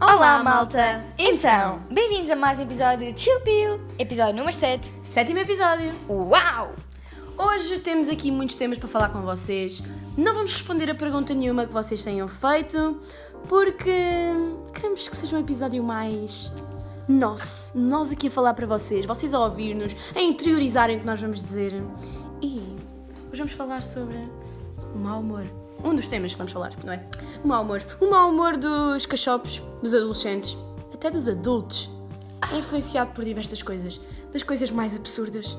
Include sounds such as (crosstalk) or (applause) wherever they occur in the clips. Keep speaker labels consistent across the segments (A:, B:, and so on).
A: Olá, malta! Então, bem-vindos a mais um episódio de Chill Pill, episódio número 7.
B: Sétimo episódio!
A: Uau!
B: Hoje temos aqui muitos temas para falar com vocês. Não vamos responder a pergunta nenhuma que vocês tenham feito, porque queremos que seja um episódio mais nosso. Nós aqui a falar para vocês, vocês a ouvir-nos, a interiorizarem o que nós vamos dizer. E hoje vamos falar sobre o mau humor. Um dos temas que vamos falar, não é? O mau humor. O mau humor dos cachopos, dos adolescentes, até dos adultos. É influenciado por diversas coisas. Das coisas mais absurdas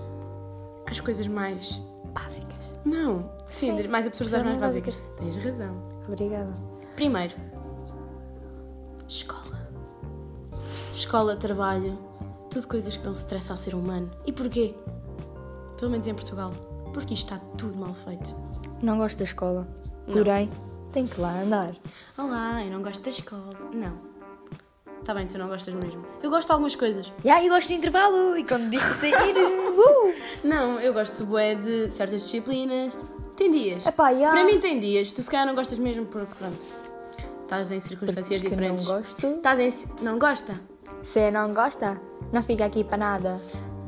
B: às coisas mais.
A: Básicas.
B: Não. Sim,
A: Sim,
B: das mais absurdas às
A: das
B: mais
A: mais
B: básicas. Tens razão.
A: Obrigada.
B: Primeiro, escola. Escola, trabalho, tudo coisas que dão stress ao ser humano. E porquê? Pelo menos em Portugal. Porque isto está tudo mal feito.
A: Não gosto da escola, porém, tenho que lá andar.
B: Olá, eu não gosto da escola. Não. Tá bem, tu não gostas mesmo. Eu gosto de algumas coisas.
A: E aí, eu gosto de intervalo, e quando diz para (laughs) sair, uh!
B: Não, eu gosto bué de certas disciplinas. Tem dias.
A: Epá, já.
B: Para mim tem dias. Tu se calhar não gostas mesmo porque, pronto, estás em circunstâncias
A: Porque não
B: diferentes.
A: gosto.
B: Estás em... Tá, Não gosta?
A: Se não gosta, não fica aqui para nada.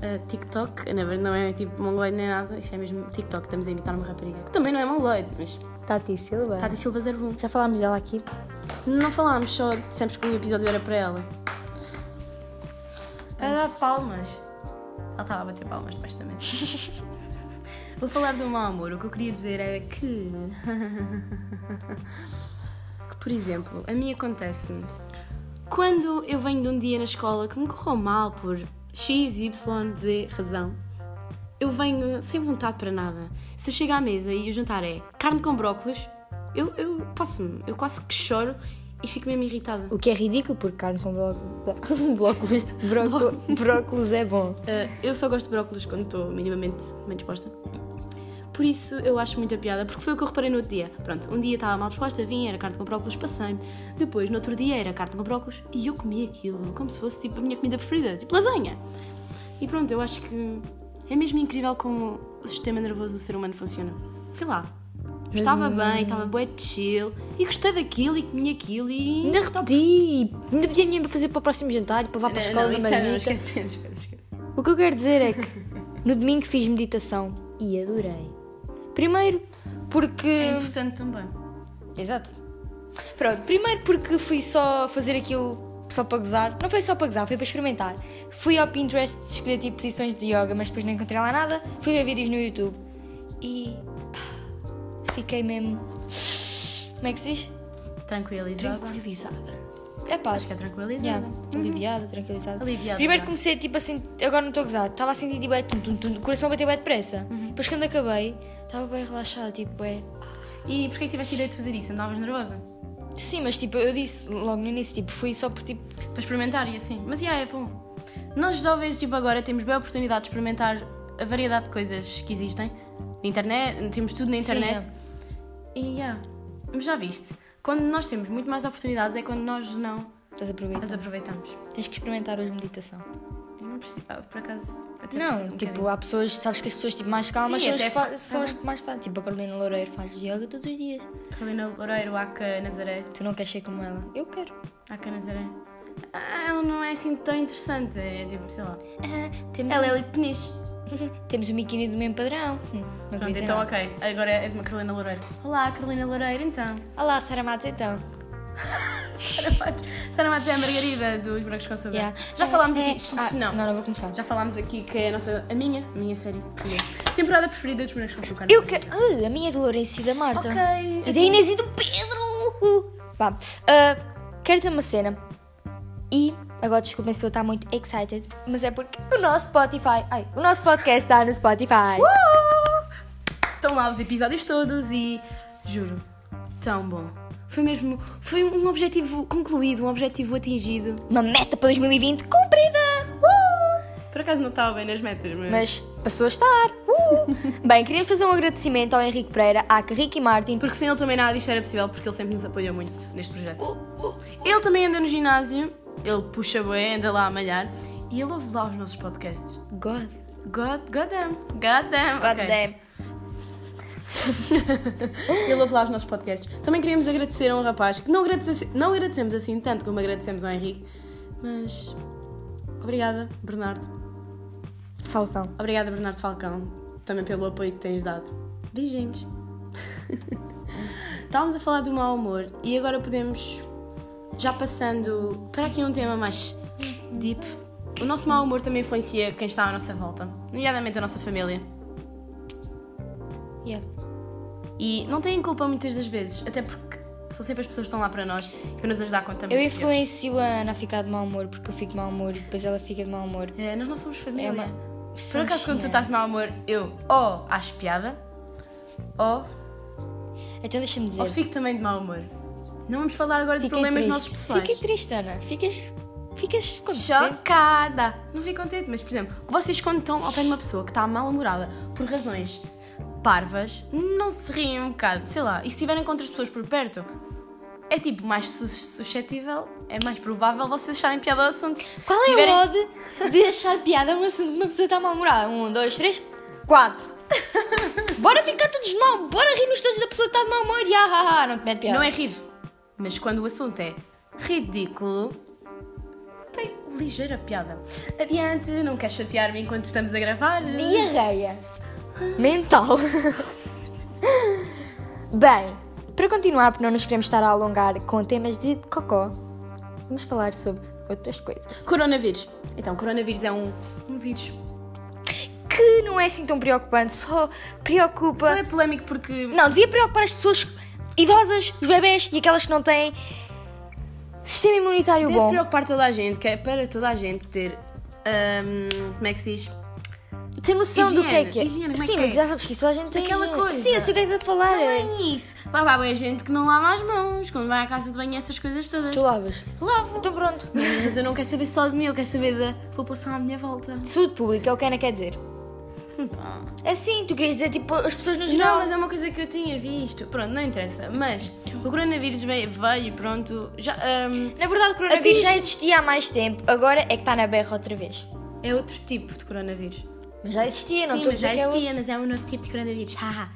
B: Ah, TikTok, na verdade não é tipo mongoloide nem nada. Isto é mesmo TikTok. Estamos a imitar uma rapariga. Que também não é mongoloide, mas
A: Tati Silva.
B: Tati Silva 01.
A: Já falámos dela aqui.
B: Não falámos, só dissemos que o episódio era para ela. A dar palmas. Ela estava a bater palmas depois também. (laughs) Vou falar do mau amor. O que eu queria dizer era que. (laughs) que, por exemplo, a mim acontece-me. Quando eu venho de um dia na escola que me correu mal por X, Y, Z razão, eu venho sem vontade para nada. Se eu chego à mesa e o jantar é carne com brócolis, eu, eu passo-me, eu quase que choro e fico mesmo irritada.
A: O que é ridículo, porque carne com blo- (laughs) brócolis, brócolis, brócolis é bom.
B: Uh, eu só gosto de brócolis quando estou minimamente bem disposta. Por isso eu acho muita piada, porque foi o que eu reparei no outro dia. Pronto, um dia estava mal disposta, vim, era carne com brócolis, passei-me. Depois, no outro dia, era carne com brócolis e eu comi aquilo como se fosse tipo a minha comida preferida, tipo lasanha. E pronto, eu acho que é mesmo incrível como o sistema nervoso do ser humano funciona. Sei lá. eu Estava bem, estava bué chill e gostei daquilo e comi aquilo e.
A: Ainda repeti, ainda pedi a minha mãe para fazer para o próximo jantar e para levar para a escola da
B: isso é-
A: marmita.
B: esquece, esquece, esquece, esquece.
A: O que eu quero dizer é que no domingo fiz meditação e adorei. Primeiro porque.
B: É importante também.
A: Exato. Pronto, primeiro porque fui só fazer aquilo só para gozar. Não foi só para gozar, foi para experimentar. Fui ao Pinterest escolher tipo posições de yoga, mas depois não encontrei lá nada. Fui ver vídeos no YouTube e. ah, Fiquei mesmo. Como é que se diz?
B: Tranquilizado.
A: Tranquilizada. É pá,
B: Acho que é tranquilizado.
A: Yeah, aliviada, tranquilizada.
B: Aliviada,
A: Primeiro
B: já.
A: comecei tipo assim, agora não estou a gozar, estava a sentir tipo, é, tum, tum, tum, o coração bateu bem depressa.
B: Uhum.
A: Depois quando acabei, estava bem relaxada, tipo, é.
B: E porquê que tiveste ideia de fazer isso? Andavas nervosa?
A: Sim, mas tipo, eu disse logo no início, tipo, fui só por tipo.
B: Para experimentar e assim. Mas yeah, é bom. Nós jovens, tipo agora, temos bem a oportunidade de experimentar a variedade de coisas que existem. Na internet, temos tudo na internet.
A: Sim,
B: E yeah. Mas já viste, quando nós temos muito mais oportunidades é quando nós não
A: estás a aproveitar.
B: as aproveitamos.
A: Tens que experimentar hoje meditação.
B: Eu não preciso, ah, por acaso, até preciso
A: Não,
B: um
A: tipo,
B: bocadinho.
A: há pessoas, sabes que as pessoas tipo, mais calmas
B: Sim,
A: são, as
B: até
A: que fa-
B: fa- Uhum.
A: são as
B: aham.
A: que mais fazem. Tipo, a Carolina Loureiro faz yoga todos os dias.
B: Carolina Loureiro, Aca Nazaré.
A: Tu não queres ser como ela? Eu quero.
B: Aca Nazaré. Ah, ela não é assim tão interessante. É tipo, sei lá.
A: Ah, temos,
B: Ela é lipenês.
A: temos um biquíni do mesmo padrão. Hum, não queria
B: Pronto,
A: dizer
B: então
A: nada.
B: ok. Agora és uma Carolina Loureiro. Olá, Carolina Loureiro, então.
A: Olá, Sara Matos, então.
B: Sara Matos. Sara Matos é a Margarida dos Brancos com Açúcar.
A: Yeah.
B: Já falámos
A: É,
B: aqui.
A: é,
B: Shh,
A: ah,
B: shh, não.
A: Não, não vou começar.
B: Já falámos aqui que é a nossa. A minha. A minha série. Temporada preferida dos Brancos com Açúcar.
A: Eu quero. Ah, a minha é do Lourenço e da Marta.
B: Ok.
A: E da Inês e do Pedro! Vá. ah, quero dizer uma cena. E agora desculpem se eu estou muito excited, mas é porque o nosso Spotify. Ai, o nosso podcast está no Spotify.
B: Uh! Estão lá os episódios todos e. Juro. Tão bom. Foi mesmo. Foi um objetivo concluído, um objetivo atingido.
A: Uma meta para 2020 cumprida! Uh!
B: Por acaso não estava bem nas metas, mas.
A: Mas passou a estar. Uh! Bem, queríamos fazer um agradecimento ao Henrique Pereira, à Carrique e Martin.
B: Porque sem ele também nada disto era possível, porque ele sempre nos apoiou muito neste projeto. Ele também anda no ginásio, ele puxa bem, anda lá a malhar, e ele ouve lá os nossos podcasts.
A: God.
B: God, God damn. God damn.
A: God
B: ok.
A: damn.
B: Ele ouve lá os nossos podcasts. Também queríamos agradecer a um rapaz que não, agradece- não agradecemos assim tanto como agradecemos ao Henrique, mas. Obrigada, Bernardo.
A: Falcão.
B: Obrigada, Bernardo Falcão, também pelo apoio que tens dado. Beijinhos. (laughs) Estávamos a falar do mau humor e agora podemos, já passando para aqui um tema mais deep. O nosso mau humor também influencia quem está à nossa volta, nomeadamente a nossa família.
A: Yeah.
B: E não têm culpa muitas das vezes, até porque são sempre as pessoas que estão lá para nós e para nos ajudar quando estamos
A: Eu
B: nerviosos.
A: influencio a Ana a ficar de mau humor porque eu fico de mau humor e depois ela fica de mau humor.
B: É, nós não somos família.
A: É uma-
B: Por acaso, quando tu
A: Sim, é.
B: estás de mau humor, eu ou acho piada, ou
A: Então deixa-me dizer.
B: Ou fico também de mau humor. Não vamos falar agora de
A: Fiquei
B: problemas
A: triste.
B: nossos pessoais.
A: Fiquei triste, Ana. Ficas. Ficas contente.
B: Chocada! Não fico contente, mas por exemplo, vocês quando estão ao pé de uma pessoa que está mal-humorada por razões parvas, não se riem um bocado, sei lá, e se estiverem com outras pessoas por perto, é tipo mais sus- suscetível, é mais provável vocês acharem piada ao assunto.
A: Qual é
B: Tiverem-
A: o odd de achar piada um assunto de uma pessoa que está mal-humorada? Um, dois, três,
B: (laughs)
A: quatro. Bora ficar todos de mal, bora rir-nos todos da pessoa que está de mau humor. Ya, ha, ha, não te mete piada.
B: Não é rir, mas quando o assunto é ridículo, tem ligeira piada. Adiante, não queres chatear-me enquanto estamos a gravar?
A: Diarreia. Mental. (laughs) Bem, para continuar, porque não nos queremos estar a alongar com temas de cocó, vamos falar sobre outras coisas.
B: Coronavírus. Então, coronavírus é um, um vírus.
A: Que não é assim tão preocupante, só
B: Só
A: preocupa.
B: é polémico porque.
A: Não, devia preocupar as pessoas idosas, os bebés e aquelas que não têm sistema imunitário
B: Deve
A: é bom.
B: preocupar toda a gente, que é para toda a gente ter. hum, como é que se diz?
A: Ter noção do que é
B: Higiene,
A: que é.
B: higiene, como é
A: Sim,
B: que
A: mas
B: é?
A: já sabes que isso a gente tem.
B: Aquela
A: higiene.
B: coisa.
A: Sim, eu sei o que é que estás a falar.
B: Não
A: é.
B: é isso. Vai, vai, vai, a gente que não lava as mãos, quando vai à casa de banho, essas coisas todas.
A: Tu lavas.
B: Lavo.
A: Então pronto.
B: Mas eu não quero saber só de mim, eu quero saber da população à minha volta.
A: Saúde pública é o que a Ana quer dizer. Assim, tu querias dizer tipo as pessoas no geral.
B: Hum. Não, mas é uma coisa que eu tinha visto. Pronto, não interessa. Mas o coronavírus veio, veio pronto. Já, hum,
A: Na verdade, o coronavírus
B: Atinge-
A: já existia há mais tempo, agora é que está na berra outra vez.
B: é outro tipo de coronavírus.
A: Mas já existia, não
B: Sim,
A: estou a
B: mas já
A: dizer que é outro.
B: existia, mas é um novo tipo de coronavírus. Haha.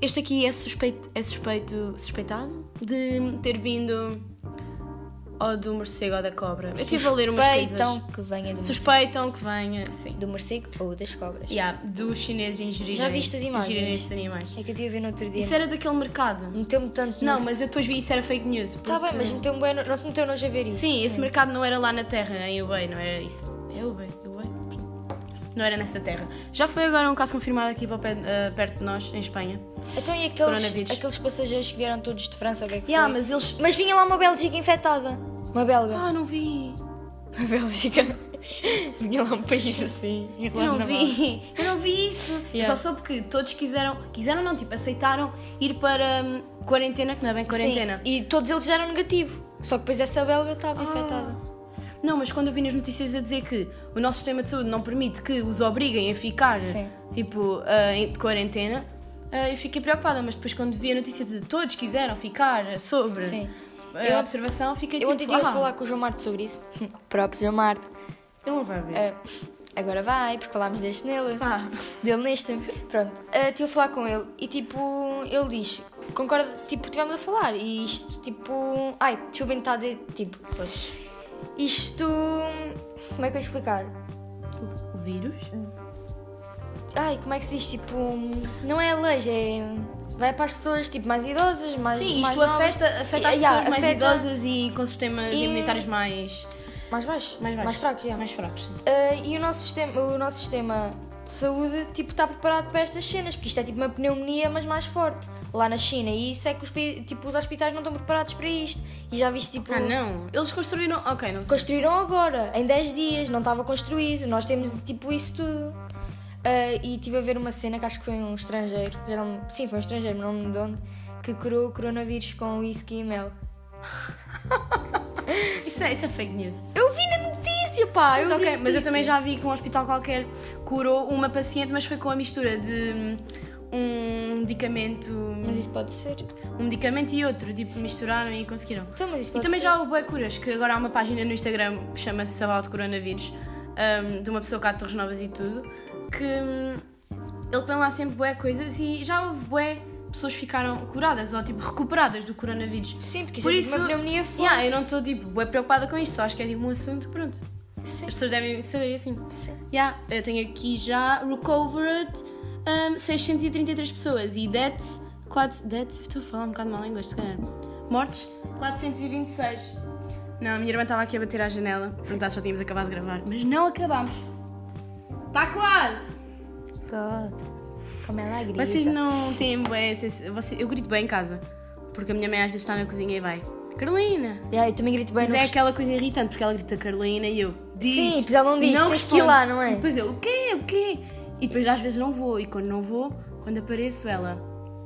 B: Este aqui é suspeito, é suspeito, suspeitado de ter vindo ou do morcego ou da cobra. Eu estive a ler umas coisas.
A: Suspeitam que venha do,
B: Suspeitam que venha, sim.
A: do morcego ou das cobras.
B: Yeah, dos chineses ingerirem,
A: Já viste as imagens?
B: ingerirem esses animais.
A: É que eu tive a ver no outro dia.
B: Isso era daquele mercado.
A: Meteu-me tanto
B: Não,
A: nojo.
B: mas eu depois vi isso era fake news.
A: Tá
B: porque-
A: bem, mas meteu-me bem, no- não te meteu nojo a ver isso.
B: Sim, esse mercado não era lá na terra, em Ubei, não era isso. É Ubei, Ubei. Não era nessa terra. Já foi agora um caso confirmado aqui para o pé- eh, perto de nós, em Espanha.
A: Então e aqueles,
B: Coronavírus.
A: aqueles passageiros que vieram todos de França, ou o que é que
B: Yeah,
A: foi?
B: mas eles.
A: Mas vinha lá uma Bélgica infectada. Uma belga.
B: Ah, não vi. Ah.
A: Uma (laughs) Bélgica. vinha lá um país assim.
B: Eu não vi. Eu não vi isso. Eu
A: Yeah.
B: só soube que todos quiseram. Quiseram, não, tipo, aceitaram ir para hum, quarentena, que não é bem (laughs) quarentena. Ah.
A: Sim, e todos eles deram negativo. Só que depois essa belga estava infectada.
B: Não, mas quando eu vi nas notícias a dizer que o nosso sistema de saúde não permite que os obriguem a ficar,
A: Sim.
B: tipo, ah, em- de quarentena, ah, eu fiquei preocupada. Mas depois, quando vi a notícia de todos quiseram ficar sobre
A: Sim.
B: a
A: Eu-
B: observação, fiquei
A: Eu
B: tipo.
A: ontem estive a
B: ah,
A: falar com o João Marto sobre isso. (laughs) O próprio João Marto.
B: Ele não vai então ver.
A: Ah, agora vai, porque falámos deste nele.
B: Pá.
A: Dele neste. Pronto. Ah, estive a falar com ele e tipo, ele diz, concordo, tipo, estivemos a falar e isto tipo. Ai, deixa eu bem estar a dizer, tipo, pois. Isto. Como é que eu ia explicar?
B: O vírus?
A: Ai, como é que se diz? Tipo, não é aleijo, é. Vai para as pessoas tipo mais idosas, mais.
B: Sim,
A: mais
B: isto
A: novas,
B: afeta, afeta as
A: E- yeah,
B: pessoas mais
A: afeta-
B: idosas e com sistemas
A: E-
B: imunitários mais,
A: Mais baixos,
B: mais, baixos.
A: fracos, já.
B: mais fracos. sim.
A: Ah, e o nosso, sistema, o nosso sistema de saúde tipo, está preparado para estas cenas, porque isto é tipo uma pneumonia, mas mais forte, lá na China. E isso é que os, pi- tipo, os hospitais não estão preparados para isto. E já viste, tipo,
B: Ah, não. Eles construíram. Ok, não sei.
A: construíram agora, em 10 dias, não estava construído. Nós temos tipo isso tudo. Ah, e estive a ver uma cena que acho que foi um estrangeiro, já não- sim, foi um estrangeiro, mas não me lembro de onde, que curou o coronavírus com whisky e mel.
B: Isso é, isso é fake news.
A: Eu vi na notícia, pá! Eu vi
B: ok,
A: na
B: mas eu também
A: notícia.
B: já vi que um hospital qualquer curou uma paciente, mas foi com a mistura de hum, um medicamento.
A: Mas isso pode ser.
B: Um medicamento e outro. Tipo, misturaram e conseguiram.
A: Então, mas isso
B: E
A: pode
B: também
A: ser.
B: já houve bué curas, que agora há uma página no Instagram que chama-se Sabal de Coronavírus, hum, de uma pessoa cá de Torres Novas e tudo, que hum, ele põe lá sempre bué coisas e já houve bué pessoas que ficaram curadas ou tipo recuperadas do coronavírus.
A: Sim, porque isso é tipo uma pneumonia forte.
B: yeah, eu não estou tipo bué preocupada com isto, só acho que é tipo um assunto, pronto.
A: Sim,
B: As pessoas devem saber assim.
A: sim.
B: Yeah, eu tenho aqui já recovered um, 633 pessoas e deaths, 4, deaths, estou a falar um bocado mal em inglês, se calhar. Mortes, 426. Não, a minha irmã estava aqui a bater à janela, perguntar se já tínhamos acabado de gravar, mas não acabámos. Está quase!
A: God. Como ela grita.
B: Vocês não têm bem. vocês- vocês- eu grito bem em casa, porque a minha mãe às vezes está na cozinha e vai. Carolina!
A: Yeah, eu também grito bem
B: Mas
A: no
B: é aquela coisa irritante, porque ela grita Carolina e eu diz.
A: Sim, pois ela não diz, tens que ir
B: responde.
A: lá, não é?
B: E depois eu, o quê? O quê? E depois às vezes não vou, e quando não vou, quando apareço ela,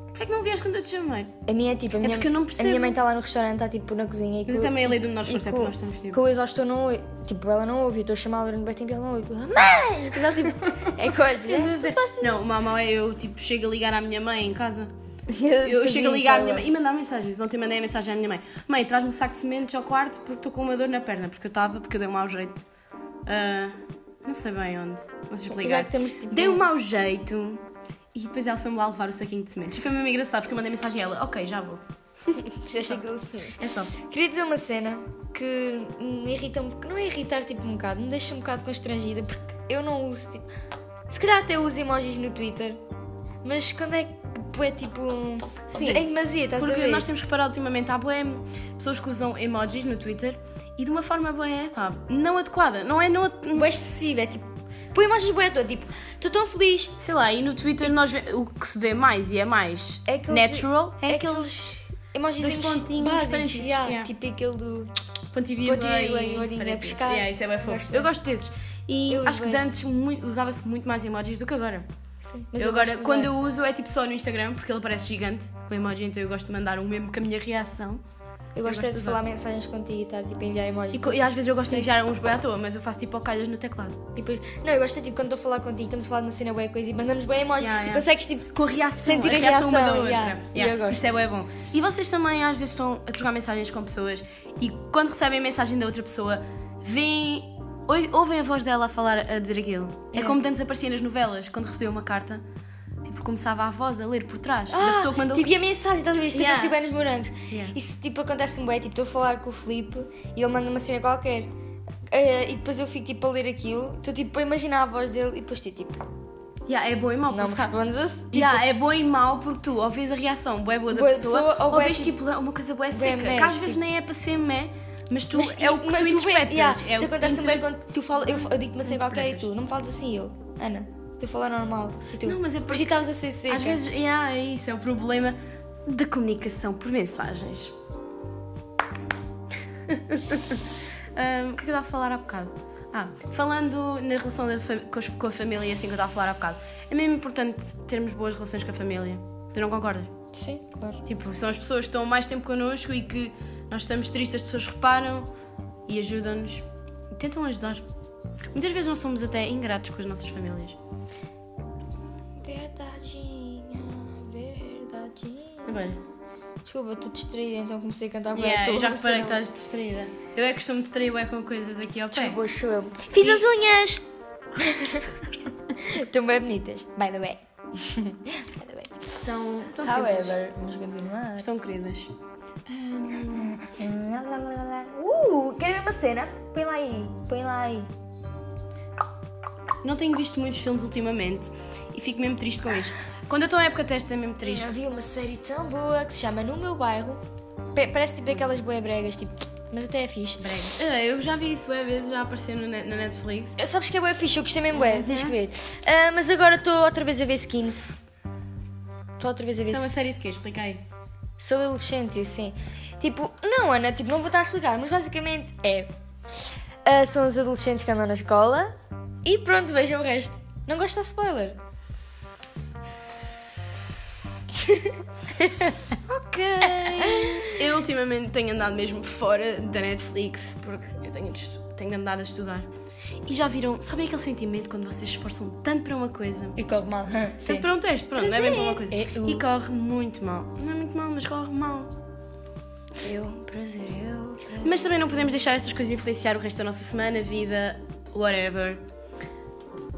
B: porquê é que não vieste quando eu te chamei?
A: A minha é tipo, a minha,
B: porque eu não
A: a
B: percebo.
A: minha mãe está lá no restaurante, está tipo na cozinha e
B: Mas eu
A: co-
B: também a lei do menor esforço, é
A: e
B: porque
A: co-
B: nós estamos tipo.
A: Com o exaustor não ouve. Tipo, ela não ouve, eu estou a chamá-la durante bem tempo e ela não ouve. Eu, Mãe! E depois ela tipo,
B: (laughs)
A: é coisa. tu fazes
B: Não, o mamão é eu, tipo, chego a ligar à minha mãe em casa.
A: isso.
B: Eu,
A: fazia
B: chego a
A: isso
B: ligar à
A: ela.
B: minha mãe e mandar mensagens. Ontem mandei a mensagem à minha mãe: Mãe, traz-me um saco de sementes ao quarto porque estou com uma dor na perna. Porque eu estava, porque eu dei um mau jeito. Ah, não sei bem onde. Não sei explicar.
A: Já que temos, tipo,
B: Dei um mau jeito e depois ela foi-me lá levar o saquinho de sementes. E foi mesmo engraçado porque eu mandei mensagem a ela: Ok, já vou.
A: Fizeste aquilo assim.
B: É só.
A: Queria dizer uma cena que me irrita um bocado. Não é irritar tipo um bocado, me deixa um bocado constrangida porque eu não uso tipo. Se calhar até uso emojis no Twitter, mas quando é que é tipo. um-
B: Sim.
A: Em demasia, estás a
B: Porque
A: ver?
B: nós temos reparado ultimamente, há bué pessoas que usam emojis no Twitter e de uma forma bem, pá, não adequada. Não é, não,
A: Bué excessivo, é tipo. Põe emojis boé à toa, tipo, estou tão feliz.
B: sei lá, e no Twitter nós ve- o que se vê mais e é mais
A: É aqueles-
B: natural é,
A: é
B: aqueles
A: Emojizinhos
B: Dois pontinhos
A: básicos,
B: parecidos,
A: yeah,
B: yeah.
A: tipo aquele do.
B: Ponto e
A: Ponto e vírgula e olhinho a
B: parênteses.
A: pescar.
B: Yeah, isso é bem fofo.
A: Gosto
B: eu gosto desses. E
A: Eu uso
B: acho que de
A: bem.
B: antes mu- usava-se muito mais emojis do que agora.
A: Sim,
B: eu agora,
A: gosto de
B: quando
A: usar.
B: eu uso, é tipo só no Instagram, porque ele parece gigante com emoji, então eu gosto de mandar um mesmo com a minha reação.
A: Eu gosto é
B: gosto
A: de
B: de
A: falar mensagens contigo e estar tipo a enviar emojis.
B: E, co- e às vezes eu gosto de enviar uns boi à toa, mas eu faço tipo ao calhas no teclado.
A: Tipo, não, eu gosto é, tipo quando estou a falar contigo, estamos a falar de uma cena boa coisa e mandamos bem emojis
B: Yeah,
A: e
B: yeah.
A: consegues tipo
B: Com a reação,
A: sentir a,
B: reação, uma da
A: reação,
B: outra.
A: yeah. E
B: Yeah,
A: eu gosto.
B: Isso é bué bom. E vocês também às vezes estão a trocar mensagens com pessoas e quando recebem a mensagem da outra pessoa, veem, oi- ouvem a voz dela a falar, a dizer aquilo. É,
A: É.
B: como antes aparecia nas novelas, quando recebeu uma carta, tipo, começava a voz a ler por trás da
A: Ah,
B: pessoa que mandou.
A: tipo, e a mensagem, estás a ver? Isto
B: Yeah.
A: aconteceu bem nos morangos.
B: Yeah.
A: Isso tipo acontece-me bem, tipo, estou a falar com o Filipe e ele manda uma cena qualquer. Eh, e depois eu fico tipo a ler aquilo, estou tipo a imaginar a voz dele e depois estou tipo,
B: Yeah, é bom e mau,
A: não
B: porque
A: me
B: sabe-
A: respondes assim. Tipo,
B: Yeah, é bom e mau porque tu ou vês a reação boa, boa da
A: Bué
B: pessoa,
A: pessoa,
B: ou
A: ou bué,
B: vês tipo
A: tipo,
B: uma coisa boa
A: bué
B: seca,
A: meh,
B: que às vezes
A: tipo.
B: nem é para ser mé, mas tu
A: mas
B: é o que
A: mas
B: tu
A: vê-
B: interpretas.
A: yeah,
B: é o
A: isso
B: que tu
A: acontece bem
B: inter-
A: quando tu falas, eu, eu digo uma cena qualquer e tu, não me falas assim eu, Ana, estou a falar normal. E tu,
B: Não, mas é
A: por
B: porque-
A: ti estavas a ser seca.
B: Às vezes, yeah, é isso, é o problema da comunicação por mensagens. Ahm, o que é que eu estava a falar há bocado? Ah, falando na relação da fa- com, os- com a família, assim que eu estava a falar há bocado, é mesmo importante termos boas relações com a família. Tu não concordas?
A: Sim, claro.
B: Tipo, são as pessoas que estão mais tempo connosco e que nós estamos tristes, as pessoas reparam e ajudam-nos. E Tentam ajudar. Muitas vezes nós somos até ingratos com as nossas famílias.
A: Verdadinha, verdadinha.
B: Bem,
A: Desculpa, estou distraída, então comecei a cantar bué à
B: yeah,
A: toa,
B: eu já
A: não sei
B: reparei que tá-
A: não.
B: estás distraída. Eu é que costumo distrair bué com coisas aqui ao pé.
A: Boa, sou eu. Fiz as unhas! (laughs) Estão bem bonitas. By the way. By the way.
B: São, estão queridas.
A: However, vamos continuar.
B: São queridas.
A: Uh, quero ver uma cena? Põe lá aí, põe lá aí.
B: Não tenho visto muitos filmes ultimamente e fico mesmo triste com isto. Quando eu estou em época de testes é mesmo triste.
A: Eu vi uma série tão boa que se chama No Meu Bairro. Pe- parece tipo daquelas boé bregas, tipo, mas até é fixe. Brega.
B: Ah, eu já vi isso bué vezes, já apareceu no net- na Netflix.
A: Sabes que é boé fixe, eu gostei mesmo boé, tens que ver. Ah, mas agora estou outra vez a ver skins. Estou outra vez a ver
B: Isso é uma
A: skins.
B: série de quê? Explica aí.
A: Sou adolescente, assim. Tipo, não, Ana, tipo, não vou estar a explicar, mas basicamente é. ah, são os adolescentes que andam na escola e pronto, vejam o resto. Não gosto de dar spoiler.
B: Ok. (laughs) Eu ultimamente tenho andado mesmo fora da Netflix porque eu tenho, de estu- tenho andado a estudar. E já viram, sabem aquele sentimento quando vocês se esforçam tanto para uma coisa?
A: E corre mal. Sim.
B: Tanto para um teste, pronto,
A: Pois
B: não é bem para
A: é.
B: uma coisa.
A: É, eu-
B: E corre muito mal. Não é muito mal, mas corre mal.
A: Eu, prazer, eu. Prazer.
B: Mas também não podemos deixar estas coisas influenciar o resto da nossa semana, vida, whatever.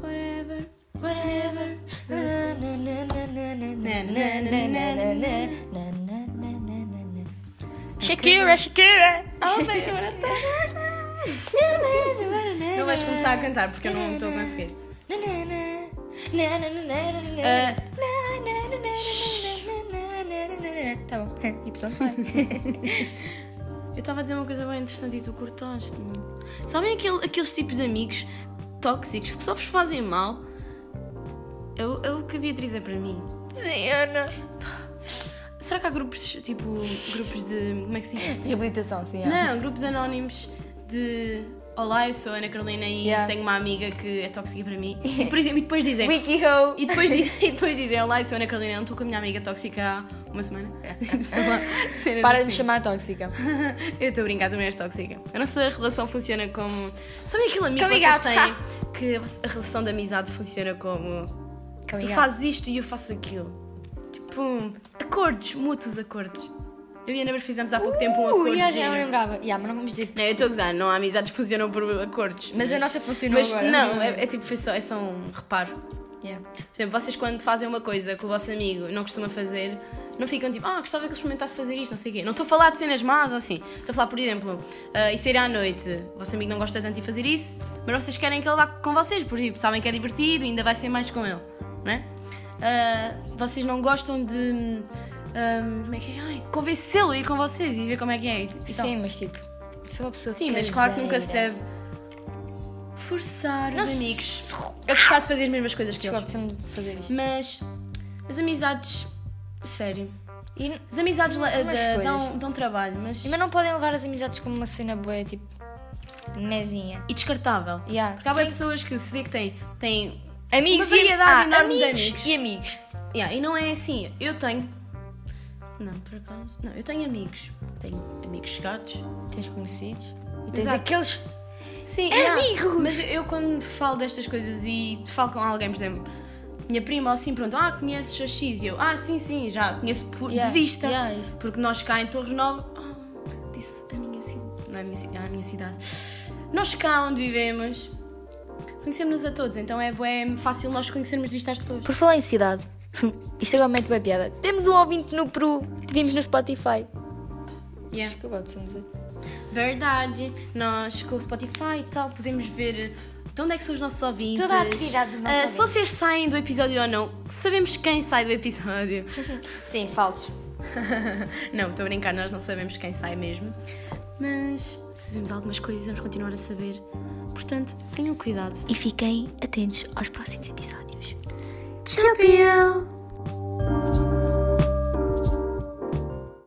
B: Whatever.
A: Whatever. Shakira, Shakira!
B: Oh, (laughs)
A: tá.
B: Não vais começar a cantar porque eu não estou a conseguir. Ah.
A: Tá bom, Y vai.
B: Eu estava a dizer uma coisa bem interessante e tu cortaste. Sabem aquele- aqueles tipos de amigos tóxicos que só vos fazem mal? É o é o que a Beatriz é para mim.
A: Sim, Ana.
B: Será que há grupos, tipo, grupos de. Como é que se diz?
A: Reabilitação, sim, é. Ana.
B: Não, grupos anónimos de. Olá, eu sou a Ana Carolina e
A: Yeah.
B: tenho uma amiga que é tóxica para
A: (laughs)
B: mim. E, por exemplo, e depois dizem.
A: WikiHow.
B: E tá depois, di- (laughs) e depois dizem, olá, eu sou a Ana Carolina, não estou com a minha amiga tóxica há uma semana. (laughs) Sei lá, cena
A: Para de
B: do tipo. (laughs)
A: me chamar tóxica.
B: Eu estou a brincar, tu não és tóxica. A nossa relação funciona como. Sabem aquele amigo
A: Cão
B: que
A: e
B: vocês
A: gato,
B: têm? Que a relação de amizade funciona como.
A: Cão e
B: Tu
A: gato.
B: fazes isto e eu faço aquilo. Tipo, acordos, mútuos acordos. Eu e a Ana Maria fizemos há pouco tempo um
A: Uh,
B: acordo.
A: yeah,
B: giro.
A: já me lembrava. Yeah, mas não vamos dizer.
B: Não, É, eu estou a gozar, não há amizades que funcionam por acordos.
A: Mas a nossa funcionou
B: Mas
A: agora.
B: não, é, é tipo, foi só, é só um reparo.
A: Yeah.
B: Por exemplo, vocês quando fazem uma coisa que o vosso amigo não costuma fazer, não ficam tipo, ah, gostava que ele experimentasse fazer isto, não sei o quê. Não estou a falar de cenas más ou assim. Estou a falar, por exemplo, ah, e sair à noite. O vosso amigo não gosta tanto de fazer isso, mas vocês querem que ele vá com vocês, por exemplo, sabem que é divertido ainda vai ser mais com ele, né? Ah, vocês não gostam de. ah, como é que é? Ai, Convencê-lo a ir com vocês e ver como é que é. e tal.
A: Sim, mas tipo, sou uma pessoa
B: Sim, mas claro que nunca se
A: caseira.
B: deve forçar
A: Não
B: os
A: se-
B: amigos a gostar de fazer as mesmas coisas que eles.
A: Desculpa, precisamos de fazer isto.
B: Mas as amizades. Sério.
A: E,
B: As amizades la-
A: Umas
B: da-
A: escolhas.
B: dão, dão trabalho, mas.
A: mas não podem levar as amizades como uma cena boa, tipo, mezinha.
B: E descartável.
A: Yeah.
B: Porque há bem
A: Sim.
B: pessoas que se vê que têm. têm
A: Amigos
B: Uma
A: e
B: variedade
A: ah,
B: enorme de
A: amigos,
B: amigos.
A: e amigos.
B: yeah, e não é assim. Eu tenho. Não, por acaso. Não, eu tenho amigos. Tenho amigos chegados.
A: Tens conhecidos e tens
B: Exato.
A: aqueles.
B: Sim,
A: Amigos!
B: Mas eu quando falo destas coisas e falo com alguém, por exemplo, minha prima ou assim, pronto, ah, conheces a X? E eu, ah, sim, sim, já conheço por-
A: Yeah,
B: de vista.
A: yeah, isso.
B: porque nós cá em Torres Nova. Oh, disse a minha cidade. Não é a minha, ci- é a minha cidade. Nós cá onde vivemos. Conhecemos-nos a todos, então é, bué fácil nós conhecermos de vista as pessoas.
A: Por falar em cidade, (laughs) isto agora mete uma piada. Temos um ouvinte no Peru, vimos no Spotify.
B: Yeah.
A: Desculpa, precisamos de.
B: Verdade. Nós com o Spotify e tal podemos ver de onde é que são os nossos ouvintes.
A: Toda a atividade dos nossos
B: Ah, Se
A: ouvintes.
B: vocês saem do episódio ou não, sabemos quem sai do episódio.
A: Sim, falsos.
B: (laughs) não, estou a brincar, nós não sabemos quem sai mesmo. Mas sabemos algumas coisas e vamos continuar a saber. Portanto, tenham cuidado.
A: E fiquem atentos aos próximos episódios.
B: Tchau,